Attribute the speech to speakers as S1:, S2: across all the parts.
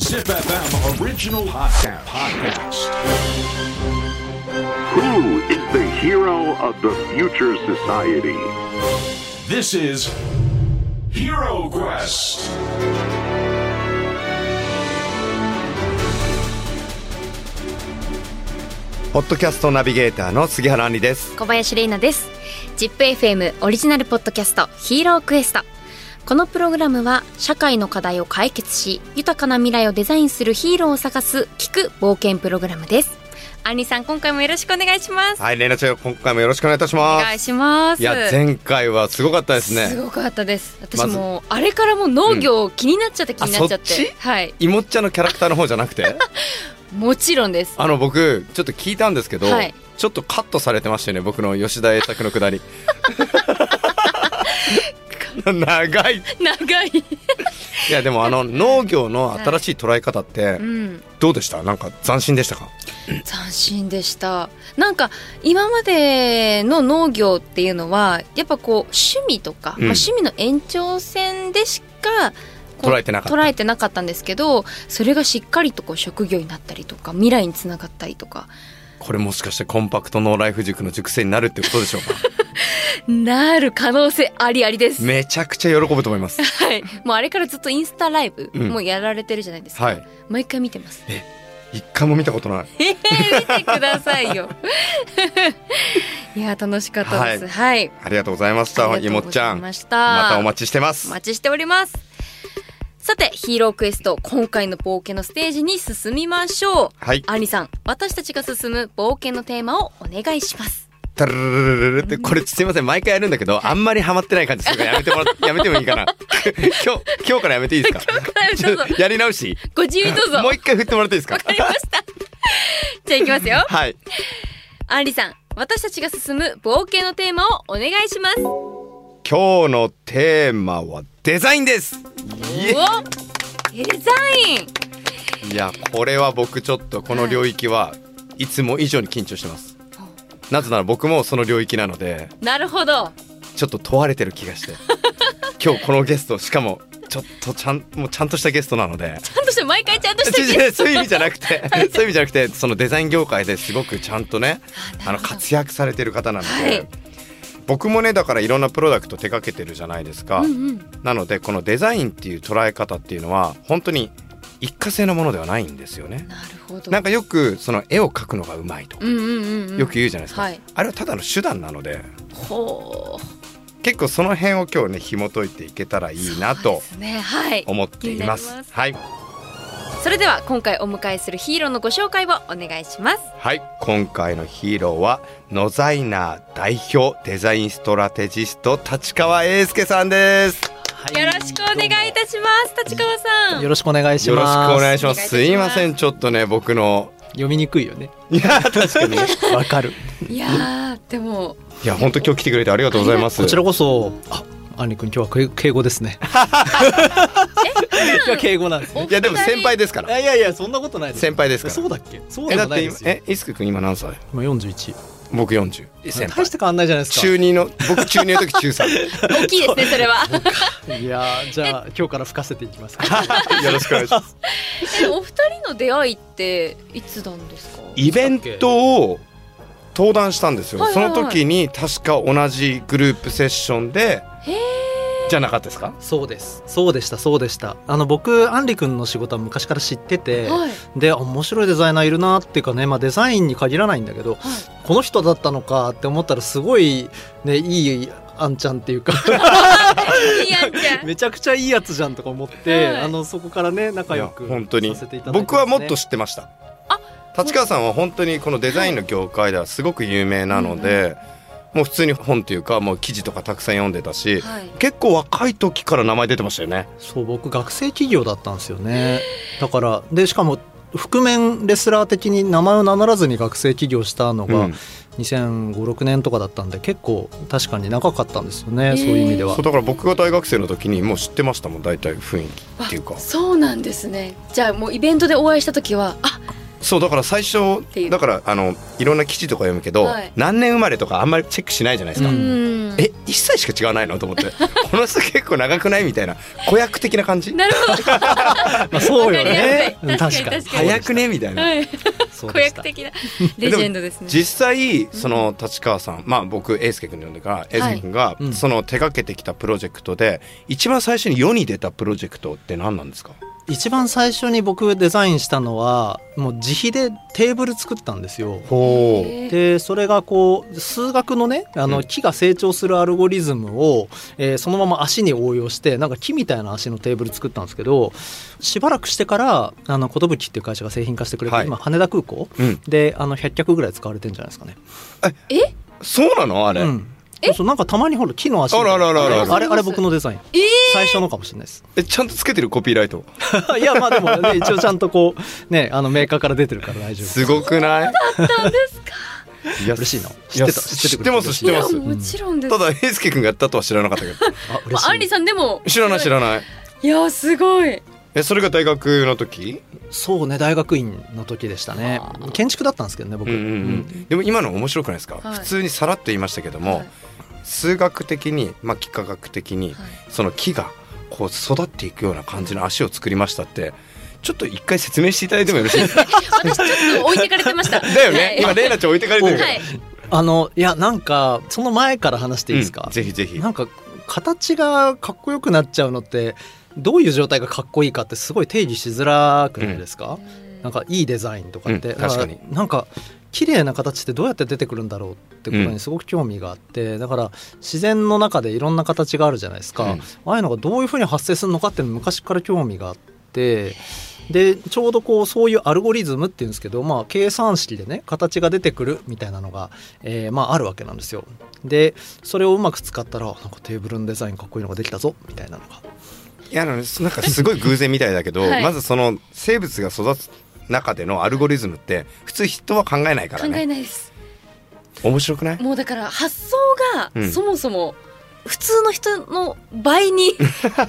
S1: Zip FM original podcast. podcast.
S2: Who is the hero of the future society?
S1: This is Hero Quest.
S3: ポッドキャストナビゲーターの杉原杏里です。
S4: 小林玲奈です。ZIPFM オリジナルポッドキャストヒーロークエスト。このプログラムは社会の課題を解決し、豊かな未来をデザインするヒーローを探す聞く冒険プログラムです。アンリさん、今回もよろしくお願いします。
S3: はい、レナちゃん、今回もよろしくお願いいたし
S4: お
S3: ま
S4: 願い
S3: す。
S4: します。
S3: いや、前回はすごかったです
S4: す
S3: ね。
S4: ごかったです。私
S3: まず
S4: もう、あれからもう農業気になっちゃって気になっちゃって。
S3: あそっち
S4: はい。
S3: いもっちゃんのキャラクターの方じゃなく て、
S4: もちろんです。
S3: あの僕、ちょっと聞いたんですけど、
S4: はい
S3: ちょっとカットされてましたよね、僕の吉田栄作のく だり。長い。い
S4: 長い。
S3: や、でもあの農業の新しい捉え方って
S4: う、ん。
S3: どうでしたなんか斬新でしたか
S4: 斬新でしたなんか今までの農業っていうのはやっぱこう趣味とか、
S3: うん
S4: まあ、趣味の延長線でしかこう
S3: 捉えてなかった
S4: 捉えてなかったんですけどそれがしっかりとこう職業になったりとか未来につながったりとか
S3: これもしかしてコンパクトノーライフ塾の熟成になるってことでしょうか
S4: なる可能性ありありです、
S3: めちゃくちゃ喜ぶと思います。
S4: はい、もうあれからずっとインスタライブ、
S3: うん
S4: もうやられてるじゃないですか、
S3: はい。
S4: 毎回見てます
S3: 一回も見たことない。
S4: えー、見てくださいよ いや楽しかったですはい、
S3: ありがとうございました。
S4: あり
S3: い
S4: がと
S3: も
S4: うご
S3: っちゃ
S4: ざい
S3: ん。
S4: ま
S3: ま
S4: した
S3: たお待ちしてま
S4: お
S3: す。
S4: 待ちしておりますさてヒーロークエスト今回の冒険のステージに進みましょう
S3: はい
S4: アニさん私たちが進む冒険のテーマをお願いします
S3: たるるるるるって、これすいません、毎回やるんだけど、あんまりハマってない感じするからやめてもら っやめてもいい かな。今日、今日からやめていいですか
S4: からどうぞ
S3: やり直し
S4: ご自由にどうぞ
S3: もう一回振ってもらっていいですか
S4: わかりましたじゃあいきますよ
S3: はい。
S4: アンリさん私たちが進む冒険のテーマをお願いしますお
S3: 今日のテーマはデザインですいえ
S4: デザイン
S3: いや、これは僕ちょっとこの領域はいつも以上に緊張してます。なぜなら僕もその領域なので、
S4: なるほど
S3: ちょっと問われてる気が して。今日このゲスト、しかも、ちょっとちゃん、もうちゃんとしたゲストなので。
S4: ちゃんとして毎回ちゃんとして
S3: 違う違うそういう意味じゃなくて、そういう意味じゃなくてそのデザイン業界ですごくちゃんとねあの活躍されてる方なので、
S4: はい
S3: 僕もねだからいろんなプロダクト手掛けてるじゃないですか、
S4: うんうん
S3: なのでこのデザインっていう捉え方っていうのは本当に一過性のものではないんですよね。
S4: なるほど
S3: なんかよくその絵を描くのがうまいとか
S4: うんうんうん、うん、
S3: よく言うじゃないですか、
S4: はい
S3: あれはただの手段なので
S4: ほ
S3: 結構その辺を今日ね紐解いていけたらいいうな
S4: そう
S3: と
S4: ですねはい
S3: 思っています。
S4: 気になります
S3: はい
S4: それでは今回お迎えするヒーローのご紹介をお願いします
S3: はい今回のヒーローはノザイナー代表デザインストラテジスト立川英介さんです
S4: よろしくお願いいたします立川さん
S5: よろしくお願いし
S3: よろしく
S5: ます。
S3: お願いします
S4: お
S3: す
S4: 願いいたし
S3: い
S4: ま
S3: ますせんちょっとね僕 の
S5: 読みにくいよね。
S3: いや確かに
S5: わかる。
S4: いやーでも
S3: いや本当今日来てくれてありがとうございます
S5: こちらこそ、あ、アンリ君今日は敬敬語で すね。今日は敬語なんですね。
S4: お
S3: いやでも先輩ですか
S5: い
S3: ら
S5: やいやいやそんなことないです。
S3: 先輩ですか
S5: そ
S3: ら
S5: うだっけ？そうで
S3: えだ
S5: も
S3: っ
S5: な
S3: て
S5: いで
S3: 今
S5: すよ。
S3: えいすく君今何歳
S5: 今四十一。
S3: 僕40先輩
S5: 大した変わんないじゃないですか。
S3: 中二の僕中二の時中3
S4: 大きいですねそれは
S5: いやーじゃあ今日から吹かせていきま すか。
S3: よろしくお願いします
S4: えお二人の出会いっていつなんですか
S3: イベントを登壇したんですよ、
S4: はいはいはい
S3: その時に確か同じグループセッションで
S4: へー
S3: じゃなかったですか
S5: そうです。そうでしたそうでした。あの僕アンリ君の仕事は昔から知ってて。
S4: はい
S5: であ面白いデザイナーいるなっていうかね、まあ、デザインに限らないんだけど、この人だったのかって思ったらすごい、ね、いいあんちゃんっ ていうか
S4: いや じゃ
S5: めちゃくちゃいいやつじゃんとか思って、
S4: はい
S5: あのそこからね仲
S3: い
S5: 良
S3: や
S5: く
S3: 本当に
S5: させていただいてますね、
S3: 僕はもっと知ってました立川さんは本当にこのデザインの業界ではすごく有名なので、もう普通に本というかもう記事とかたくさん読んでたし、
S4: あはい
S3: 結構若い時から名前出てましたよね
S5: そう僕学生企業だったんですよねだからでしかも覆面レスラー的に名前を名乗らずに学生起業したの
S3: う
S5: が
S3: ん
S5: 2005,6年とかだったんで結構確かに長かったんですよね、そういう意 味では
S3: そうだから僕が大学生の時にもう知ってましたもん大体雰囲気っていうか
S4: そうなんですねじゃあもうイベントでお会いした時はあ
S3: そうだから最初
S4: ていう
S3: だからあのいろんな記事とか読むけど、
S4: はい
S3: 何年生まれとかあんまりチェックしないじゃないですか、
S4: う
S5: うん
S3: え1歳しか違わないのと思って この人結構長くないみたいな子役的な感じ
S4: なるほど
S5: まあそうよ
S4: わかりやすい
S5: ね
S4: はい
S5: う
S4: 確
S5: ん確かに
S4: かに確かに
S3: 早くねみたいな。
S4: はい
S5: そう
S4: 子
S5: でした
S4: 役的なレジェンドですね
S3: 実際その立川さん、まあ僕英介君呼んでから英介君が
S5: うん
S3: その手掛けてきたプロジェクトで一番最初に世に出たプロジェクトって何なんですか
S5: 一番最初に僕デザインしたのはもう自費でテーブル作ったんですよ。
S3: ほう
S4: えー
S5: でそれがこう数学のねあ
S3: うん
S5: の木が成長するアルゴリズムを、えーそのまま足に応用してなんか木みたいな足のテーブル作ったんですけどしばらくしてからあの寿っていう会社が製品化してくれて、
S3: はい
S5: 今羽田空港
S3: うん
S5: であの100脚ぐらい使われてるんじゃないですかね。
S3: そうなのあれ、
S5: うんそうそうなんかたまにほら木の足みたいな
S3: あららららら
S5: あれあれ僕のデザイン、最初のかもしれないです
S3: えちゃんとつけてるコピーラ イト
S5: いやまあでも、ね、一応ちゃんとこうねあのメーカーから出てるから大丈夫
S3: すごくないいや
S5: 嬉しいな知
S3: や
S5: ってた
S3: 知ってます知ってま
S4: い
S3: す
S4: やもちろんです
S3: ただ英介君がやったとは知らなかったけど
S5: あ嬉
S4: ま
S5: しい
S4: あアンリさんでも
S3: 知らない知らない
S4: いやーすごい
S3: えそれが大学の時、
S5: そうね大学院の時でしたね
S4: はあ
S5: 建築だったんですけどね僕、
S3: うんうんうん、でも今の面白くないですか、
S4: はい
S3: 普通にさらっと言いましたけども、
S4: はい
S3: 数学的に、まあ、幾何学的に、
S4: はい
S3: その木がこう育っていくような感じの足を作りましたってちょっと一回説明していただいてもよろしいです か
S4: 私ちょっと置いてかれてまし た。
S3: だよね今レイナちゃん置いてかれてるから、
S4: はい。
S5: あのいやなんかその前から話していいですか
S3: うん、ぜひぜひ
S5: なんか形がかっこよくなっちゃうのってどういう状態がかっこいいかってすごい定義しづらくないですか、なんかいいデザインとかって、
S3: うん確かに
S5: だらなんか綺麗な形ってどうやって出てくるんだろうってことにすごく興味があって、だから自然の中でいろんな形があるじゃないですか、
S3: うん
S5: ああいうのがどういうふうに発生するのかっていうの昔から興味があってでちょうどこうそういうアルゴリズムっていうんですけど、まあ、計算式でね形が出てくるみたいなのが、えーまあ、あるわけなんですよ。でそれをうまく使ったらなんかテーブルのデザインかっこいいのができたぞみたいなのが
S3: いやあのなんかすごい偶然みたいだけど、
S4: はい
S3: まずその生物が育つ中でのアルゴリズムって普通人は考えないから
S4: 考え
S3: ね
S4: ないです。
S3: 面白くない
S4: もうだから発想
S3: う
S4: が
S3: ん
S4: そもそも普通の人の倍になんか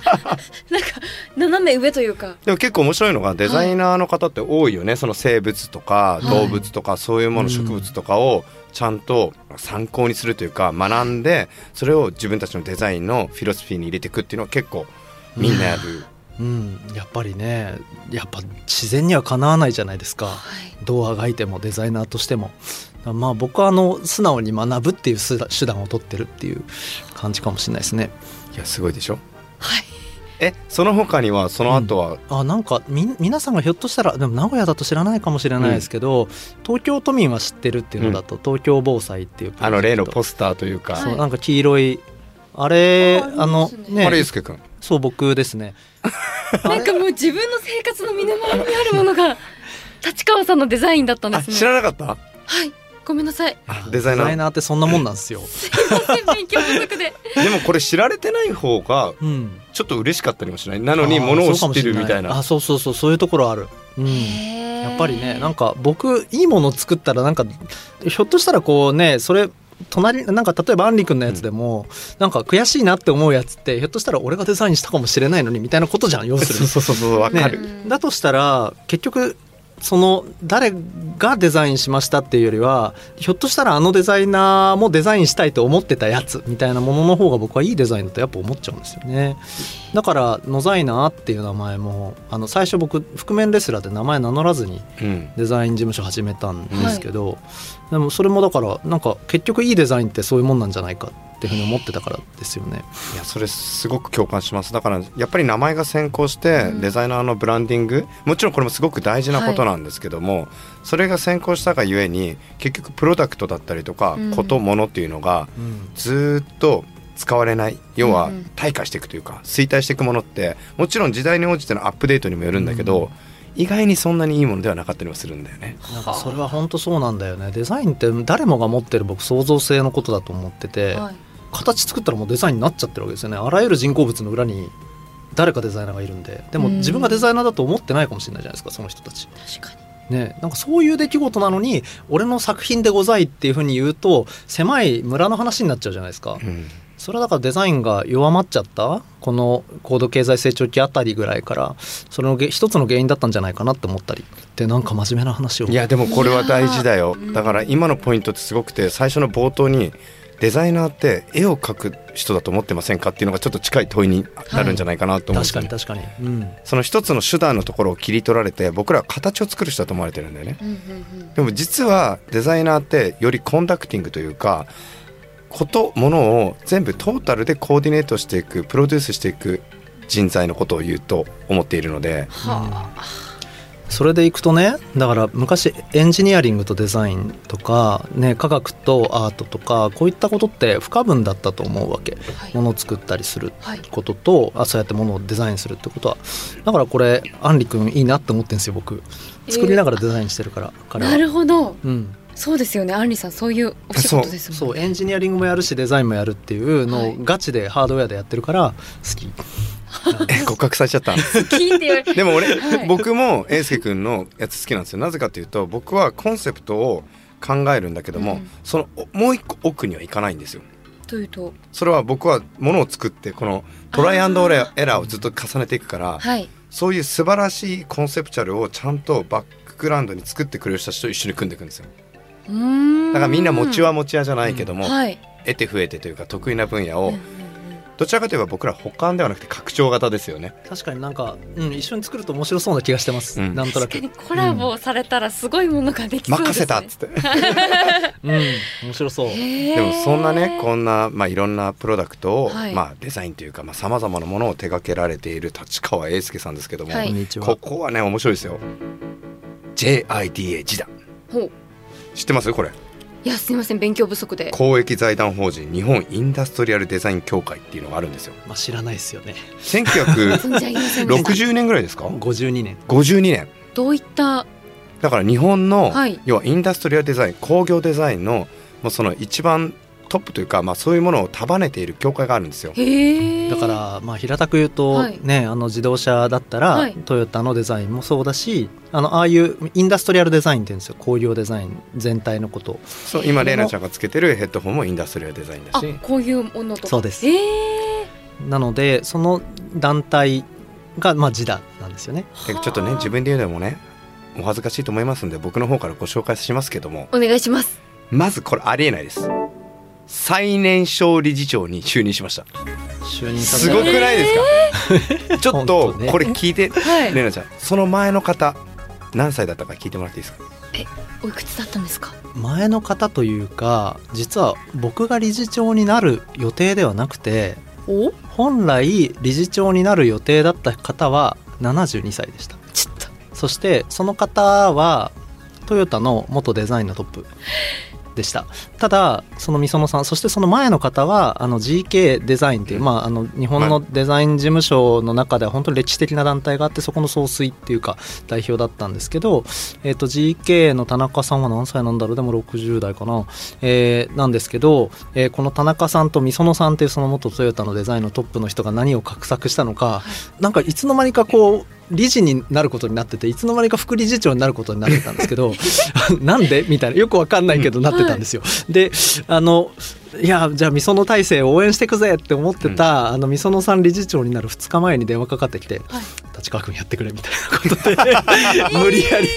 S4: 斜め上というか。
S3: でも結構面白いのがデザイナーの方って多いよね、その生物とか
S4: い
S3: 動物とかそういうもの、
S5: うん
S3: 植物とかをちゃんと参考にするというか学んでそれを自分たちのデザインのフィロソフィーに入れていくっていうのは結構みんなやる、
S5: うん、やっぱりねやっぱ自然にはかなわないじゃないですか
S4: はい。
S5: どうあがいてもデザイナーとしてもまあ僕はあの素直に学ぶっていうす手段を取ってるっていう感じかもしれないですね
S3: いやすごいでしょ
S4: はい。
S3: えその他にはその後は、
S5: あなんかみ皆さんがひょっとしたらでも名古屋だと知らないかもしれないですけど、東京都民は知ってるっていうのだと、東京防災っていうプロジェクト
S3: あの例のポスターというか、
S5: そ
S4: は
S5: う
S4: い
S5: なんか黄色いあれ
S4: あ
S5: あの
S4: ありますね
S5: ね
S3: あれゆうすけくん
S5: そう僕ですね
S4: なんかもう自分の生活の身の回りにあるものが立川さんのデザインだったんで
S3: あ
S4: すね。
S3: 知らなかった
S4: はい。ごめんなさい。
S3: あデザイナー
S5: ってそんなもんなんですよ、
S4: すいません勉強不足で。
S3: でもこれ知られてない方が
S5: うん、
S3: ちょっと嬉しかったりもしないなのに物を知ってるみたいな
S5: あそうそうそうそういうところある、うん、や
S4: や
S5: っぱりねなんか僕いいもの作ったらなんかひょっとしたらこうねそれ隣なんか例えばあんり君のやつでも、なんか悔しいなって思うやつってひょっとしたら俺がデザインしたかもしれないのにみたいなことじゃん要する
S3: そうそうそうそう わ
S5: に、
S3: か
S5: ね
S3: る、
S4: うん
S5: だとしたら結局その誰がデザインしましたっていうよりはひょっとしたらあのデザイナーもデザインしたいと思ってたやつみたいなものの方が僕はいいデザインだとやっぱ思っちゃうんですよねだから「ノザイナー」っていう名前もあの最初僕覆面レスラーで名前名乗らずに
S3: うん
S5: デザイン事務所始めたんですけど、でもそれもだからなんか結局いいデザインってそういうもんなんじゃないかっていうふうに思ってたからですよね。
S3: いやそれすごく共感しますだからやっぱり名前が先行して
S4: うん
S3: デザイナーのブランディング、もちろんこれもすごく大事なことなんですけども、それが先行したがゆえに結局プロダクトだったりとか、
S4: うん
S3: ことものっていうのが
S5: うん
S3: ずーっと使われない要は
S4: うんうん
S3: 退化していくというか衰退していくものってもちろん時代に応じてのアップデートにもよるんだけど、意外にそんなにいいものではなかったりもするんだよね。
S5: なんかそれは本当そうなんだよねデザインって誰もが持ってる僕創造性のことだと思ってて、
S4: はい。
S5: 形作ったらもうデザインになっちゃってるわけですよねあらゆる人工物の裏に誰かデザイナーがいるんででも
S4: うん
S5: 自分がデザイナーだと思ってないかもしれないじゃないですかその人たち。
S4: 確かに。
S5: ね、なんかそういう出来事なのに俺の作品でございっていうふうに言うと狭い村の話になっちゃうじゃないですか。
S3: うん
S5: それはだからデザインが弱まっちゃったこの高度経済成長期あたりぐらいからそれのげ一つの原因だったんじゃないかなって思ったりでなんか真面目な話を
S3: いやでもこれは大事だよ
S4: いやー
S3: だから今のポイントってすごくて最初の冒頭にデザイナーって絵を描く人だと思ってませんかっていうのがちょっと近い問いになるんじゃないかなと思うんで
S5: 確
S3: す
S5: か
S3: よ
S5: に
S3: ね
S5: 確かに、うん、
S3: その一つの手段のところを切り取られて僕らは形を作る人だと思われてるんだよね。
S4: うんうん
S3: でも実はデザイナーってよりコンダクティングというかことものを全部トータルでコーディネートしていくプロデュースしていく人材のことを言うと思っているので
S4: はあ
S5: それでいくとねだから昔エンジニアリングとデザインとか、ね、科学とアートとかこういったことって不可分だったと思うわけ、
S4: はい
S5: ものを作ったりする
S4: はい
S5: こととあそうやってものをデザインするってことはだからこれあんり君いいなって思ってんですよ僕
S4: えー
S5: 作りながらデザインしてるから、彼は
S4: なるほど
S5: うん、
S4: そうですよねアンリさんそういうお仕事です
S5: そ
S4: もん
S5: うエンジニアリングもやるしデザインもやるっていうの
S4: は
S5: を
S4: い
S5: ガチでハードウェアでやってるから好き、
S3: え告白されちゃった
S4: 聞いてよ り
S3: でも俺、
S4: はい
S3: 僕も英介君のやつ好きなんですよなぜかというと僕はコンセプトを考えるんだけども、
S4: うん
S3: そのおもう一個奥にはいかないんですよ
S4: というと
S3: それは僕はものを作ってこのトライアンドエラーをずっと重ねていくから
S4: はい
S3: そういう素晴らしいコンセプチャルをちゃんとバックグラウンドに作ってくれる人たちと一緒に組んでいくんですよ
S4: うー
S3: だ
S4: ん
S3: からみんな持ちは持ち屋じゃないけども、
S4: はい
S3: 得て増えてというか得意な分野を
S4: うんうんうん
S3: どちらかといえば僕ら補完ではなくて拡張型ですよね
S5: 確かになんか、うん、一緒に作ると面白そうな気がしてます、
S3: うん
S5: なんとなく
S4: 確かにコラボされたらすごいものができそうで
S3: 任
S4: すね
S3: せたっつって
S5: うん面白そう
S3: で
S4: で
S3: もそんなねこんな、まあ、いろんなプロダクトを、
S4: はい
S3: まあ、デザインというかさまざ、まなものを手掛けられている立川英介さんですけども、
S4: はい
S5: こんにちは
S3: ここはね面白いですよ JIDA 時代
S4: ほう
S3: 知ってますこれ
S4: いやすいません勉強不足で
S3: 公益財団法人日本インダストリアルデザイン協会っていうのがあるんですよ
S5: まあ、知らないですよね
S3: 1960
S4: 存じ上げませんで した
S3: 年ぐらいです か
S5: 52年
S3: 52年
S4: どういった
S3: だから日本の、
S4: はい
S3: 要はインダストリアルデザイン工業デザインのもうその一番トップというか、まあ、そういうものを束ねている協会があるんですよ。
S4: へえ
S5: だから、まあ、平たく言うと、
S4: はい
S5: ね、あの自動車だったら、
S4: はい
S5: トヨタのデザインもそうだしあのああいうインダストリアルデザインって言うんですよ工業デザイン全体のこと
S3: そう今レイナちゃんがつけてるヘッドホンもインダストリアルデザインだ
S4: あ
S3: し
S4: こういうものとか
S5: そうです
S4: へえ
S5: なのでその団体が、まあ、ジダなんですよね
S3: でちょっとね自分で言うのもねお恥ずかしいと思いますんで僕の方からご紹介しますけども
S4: お願いします
S3: まずこれありえないです最年少理事長に就任しました
S5: 就任
S3: す
S5: さ
S3: ごく
S5: れ
S3: ないですかちょっと
S5: 本当ね
S3: これ聞いて
S4: はい
S3: レイナちゃんその前の方何歳だったか聞いてもらっていいですか
S4: おいくつだったんですか
S5: 前の方というか実は僕が理事長になる予定ではなくて
S4: お
S5: 本来理事長になる予定だった方は72歳でした
S4: ちょっと
S5: そしてその方はトヨタの元デザインのトップでしたただその美園さんそしてその前の方はあの GK デザインっていう、まあ、あの日本のデザイン事務所の中では本当に歴史的な団体があってそこの総帥っていうか代表だったんですけど、えっと GK の田中さんは何歳なんだろうでも60代かな、えーなんですけど、えーこの田中さんと美園さんっていうその元トヨタのデザインのトップの人が何を画策したのかなんかいつの間にかこう理事になることになってていつの間にか副理事長になることになってたんですけ どなんでみたいなよくわかんないけどなってたんですよ。であのいやじゃあ美園体制を応援していくぜって思ってた、あの美園さん理事長になる2日前に電話かかってきて
S4: はい
S5: 立川君やってくれみたい なことで無理やり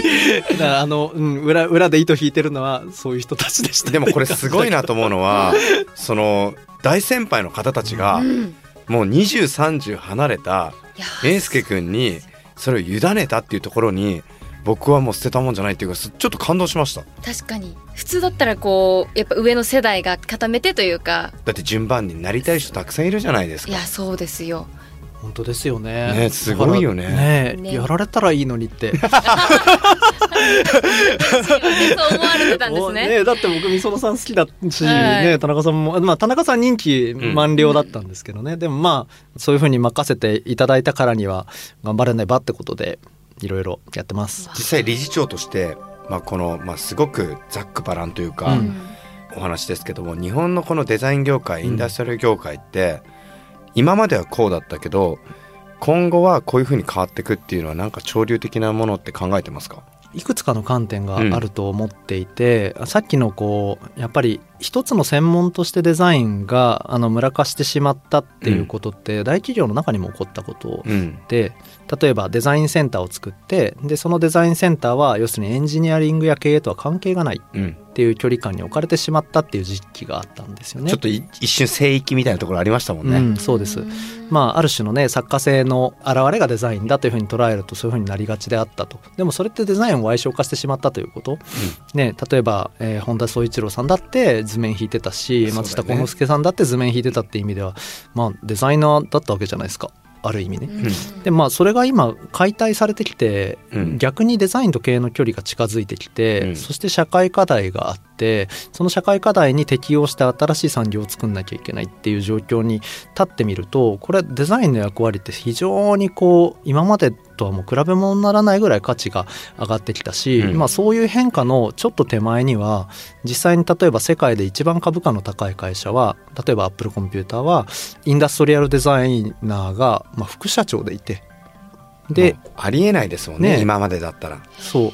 S5: だからあの、うん、裏裏で糸引いてるのはそういう人たちでした
S3: でもこれすごいなと思うのはその大先輩の方たちが
S4: うん
S3: もう2030離れた
S4: いや
S3: 英介君にそれを委ねたっていうところに僕はもう捨てたもんじゃないっていうかすちょっと感動しました
S4: 確かに普通だったらこうやっぱ上の世代が固めてというか
S3: だって順番になりたい人たくさんいるじゃないです
S4: い
S3: か
S4: やそうです よ
S5: 本当ですよね
S3: ねすごいよね
S5: だからね
S4: ね
S5: やられたらいいのにって
S4: そう思われてたんです
S5: もう
S4: ね
S5: だって僕美園さん好きだし、
S4: はい
S5: ね、田中さんも、まあ、田中さん人気
S3: ん
S5: 満了だったんですけどね、でもまあそういうふうに任せていただいたからには頑張らねばってことでいろいろやってます。
S3: 実際理事長として、まあ、この、まあ、すごくざっくばらんというか、
S5: うん
S3: お話ですけども日本のこのデザイン業界インダストリアル業界って、今まではこうだったけど今後はこういうふうに変わっていくっていうのはなんか潮流的なものって考えてますか
S5: いくつかの観点があると思っていて、さっきのこうやっぱり一つの専門としてデザインがあの村化してしまったっていうことって、大企業の中にも起こったこと
S3: うん
S5: で例えばデザインセンターを作ってでそのデザインセンターは要するにエンジニアリングや経営とは関係がない
S3: うん
S5: っていう距離感に置かれてしまったっていう時期があったんですよね。
S3: ちょっとい一瞬聖域みたいなところありましたもんね、
S5: うん、そうです、まあ、ある種のね作家性の現れがデザインだというふうに捉えるとそういうふうになりがちであったとでもそれってデザインを矮小化してしまったということ、ね、例えば、えー本田宗一郎さんだって図面引いてたし、
S3: そうだよね
S5: 松下幸之助さんだって図面引いてたって意味では、まあ、デザイナーだったわけじゃないですかある意味ね。でまあそれが今解体されてきて、
S3: うん
S5: 逆にデザインと経営の距離が近づいてきて、
S3: うん
S5: そして社会課題があってその社会課題に適応して新しい産業を作んなきゃいけないっていう状況に立ってみるとこれデザインの役割って非常にこう今までとはもう比べ物にならないぐらい価値が上がってきたし、
S3: うん
S5: まあそういう変化のちょっと手前には実際に例えば世界で一番株価の高い会社は例えばアップルコンピューターはインダストリアルデザイナーが、まあ、副社長でいてで、
S3: もうありえないですもんね
S5: ね
S3: 今までだったら
S5: そう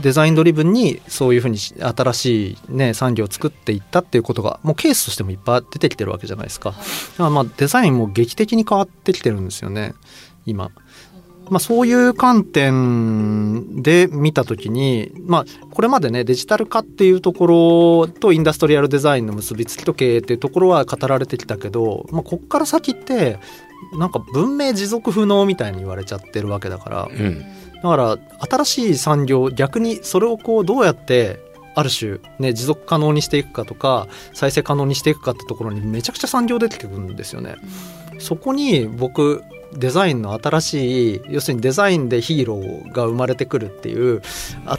S5: デザインドリブンにそういうふうにし新しい、ね、産業を作っていったっていうことがもうケースとしてもいっぱい出てきてるわけじゃないですかだからまあデザインも劇的に変わってきてるんですよね今。まあ、そういう観点で見た時に、まあ、これまでねデジタル化っていうところとインダストリアルデザインの結びつきと経営っていうところは語られてきたけど、まあ、こっから先ってなんか文明持続不能みたいに言われちゃってるわけだから、
S3: うん
S5: だから新しい産業逆にそれをこうどうやってある種、ね、持続可能にしていくかとか再生可能にしていくかってところにめちゃくちゃ産業出てくるんですよね。そこに僕デザインの新しい要するにデザインでヒーローが生まれてくるっていう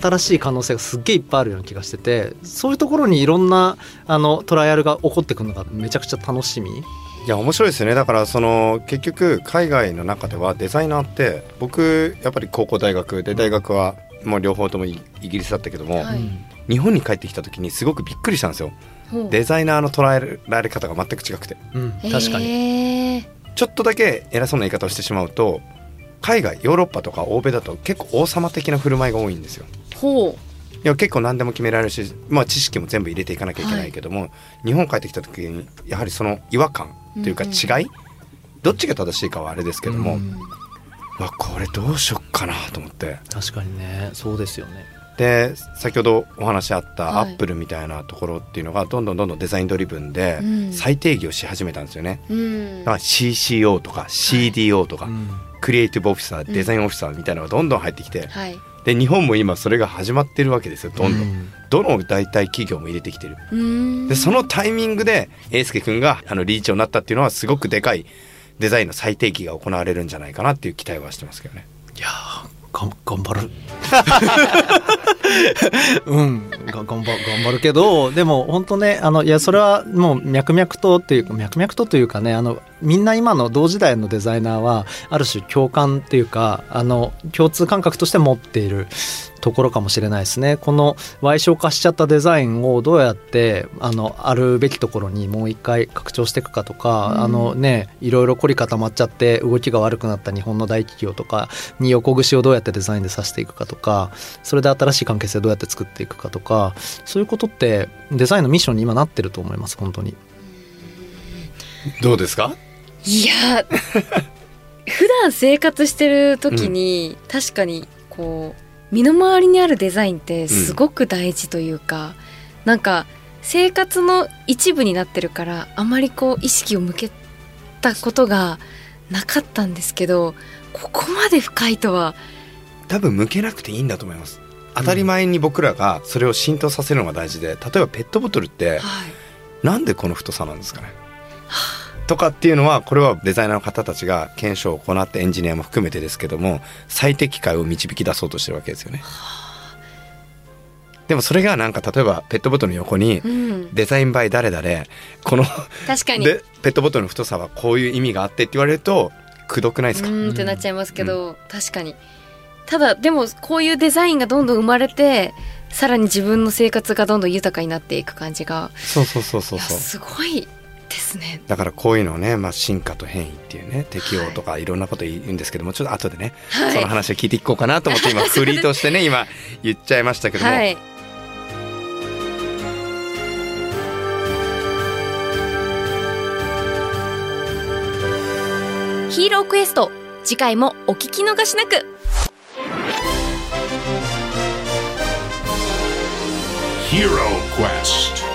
S5: 新しい可能性がすっげえいっぱいあるような気がしててそういうところにいろんなあのトライアルが起こってくるのがめちゃくちゃ楽しみ。
S3: いや面白いですよねだからその結局海外の中ではデザイナーって僕やっぱり高校大学で大学はもう両方ともイイギリスだったけども、
S4: はい
S3: 日本に帰ってきた時にすごくびっくりしたんですよ
S4: ほう
S3: デザイナーの捉えられ方が全く違くて
S5: うん、確かに、
S4: へー
S3: ちょっとだけ偉そうな言い方をしてしまうと海外ヨーロッパとか欧米だと結構王様的な振る舞いが多いんですよ
S4: ほ
S3: いや結構何でも決められるし、まあ、知識も全部入れていかなきゃいけないけども、日本帰ってきた時にやはりその違和感というか
S4: うんうん
S3: 違い、どっちが正しいかはあれですけども、
S5: う
S3: うんわこれどうしよっかなと思って
S5: 確かにねそうですよね。
S3: で先ほどお話あった
S4: は
S3: ア
S4: い
S3: ップルみたいなところっていうのがどんどんどんどんデザインドリブンで
S4: うん
S3: 再定義をし始めたんですよね。
S4: ううん
S3: だから CCO とか CDO とか、
S5: うん
S3: クリエイティブオフィサー
S4: ん
S3: デザインオフィサーみたいなのがどんどん入ってきて、
S4: はい
S3: で日本も今それが始まってるわけですよどんどん、
S5: うん
S3: どの大体企業も入れてきてる
S4: うん
S3: でそのタイミングで英介君があの理事長になったっていうのはすごくでかいデザインの最低期が行われるんじゃないかなっていう期待はしてますけどね
S5: いやーがん頑張るうんが頑張頑張るけどでも本当ねあのいやそれはもう脈々とっていうか脈々とというかねあのみんな今の同時代のデザイナーはある種共感っていうかあの共通感覚として持っているところかもしれないですねこの矮小化しちゃったデザインをどうやってあのあるべきところにもう一回拡張していくかとか、あのねいろいろ凝り固まっちゃって動きが悪くなった日本の大企業とかに横串をどうやってデザインでさしていくかとかそれで新しい関係性をどうやって作っていくかとかそういうことってデザインのミッションに今なってると思います本当に。
S3: どうですか
S4: いや 普段生活してる時に、確かにこう身の回りにあるデザインってすごく大事というか、なんか生活の一部になってるからあまりこう意識を向けたことがなかったんですけどここまで深いとは
S3: 多分向けなくていいんだと思います当たり前に僕らがそれを浸透させるのが大事で例えばペットボトルって
S4: はい
S3: なんでこの太さなんですかねとかっていうのはこれはデザイナーの方たちが検証を行ってエンジニアも含めてですけども最適解を導き出そうとしてるわけですよね。でもそれがなんか例えばペットボトルの横に
S4: うん、
S3: デザインバイ誰々この
S4: 確かに
S3: でペットボトルの太さはこういう意味があってって言われるとくどくないです
S4: う
S3: か、
S4: ーんってなっちゃいますけど、確かにただでもこういうデザインがどんどん生まれてさらに自分の生活がどんどん豊かになっていく感じが
S3: そうそうそうそうそ
S4: いうやすごいですね
S3: だからこういうのをね、まあ、進化と変異っていうね適応とかいろんなこと言うんですけどもちょっと後でね、
S4: はい
S3: その話を聞いていこうかなと思って今フリーとしてね今言っちゃいましたけども、
S4: はいヒーロークエスト次回もお聞き逃しなく
S1: Hero Quest.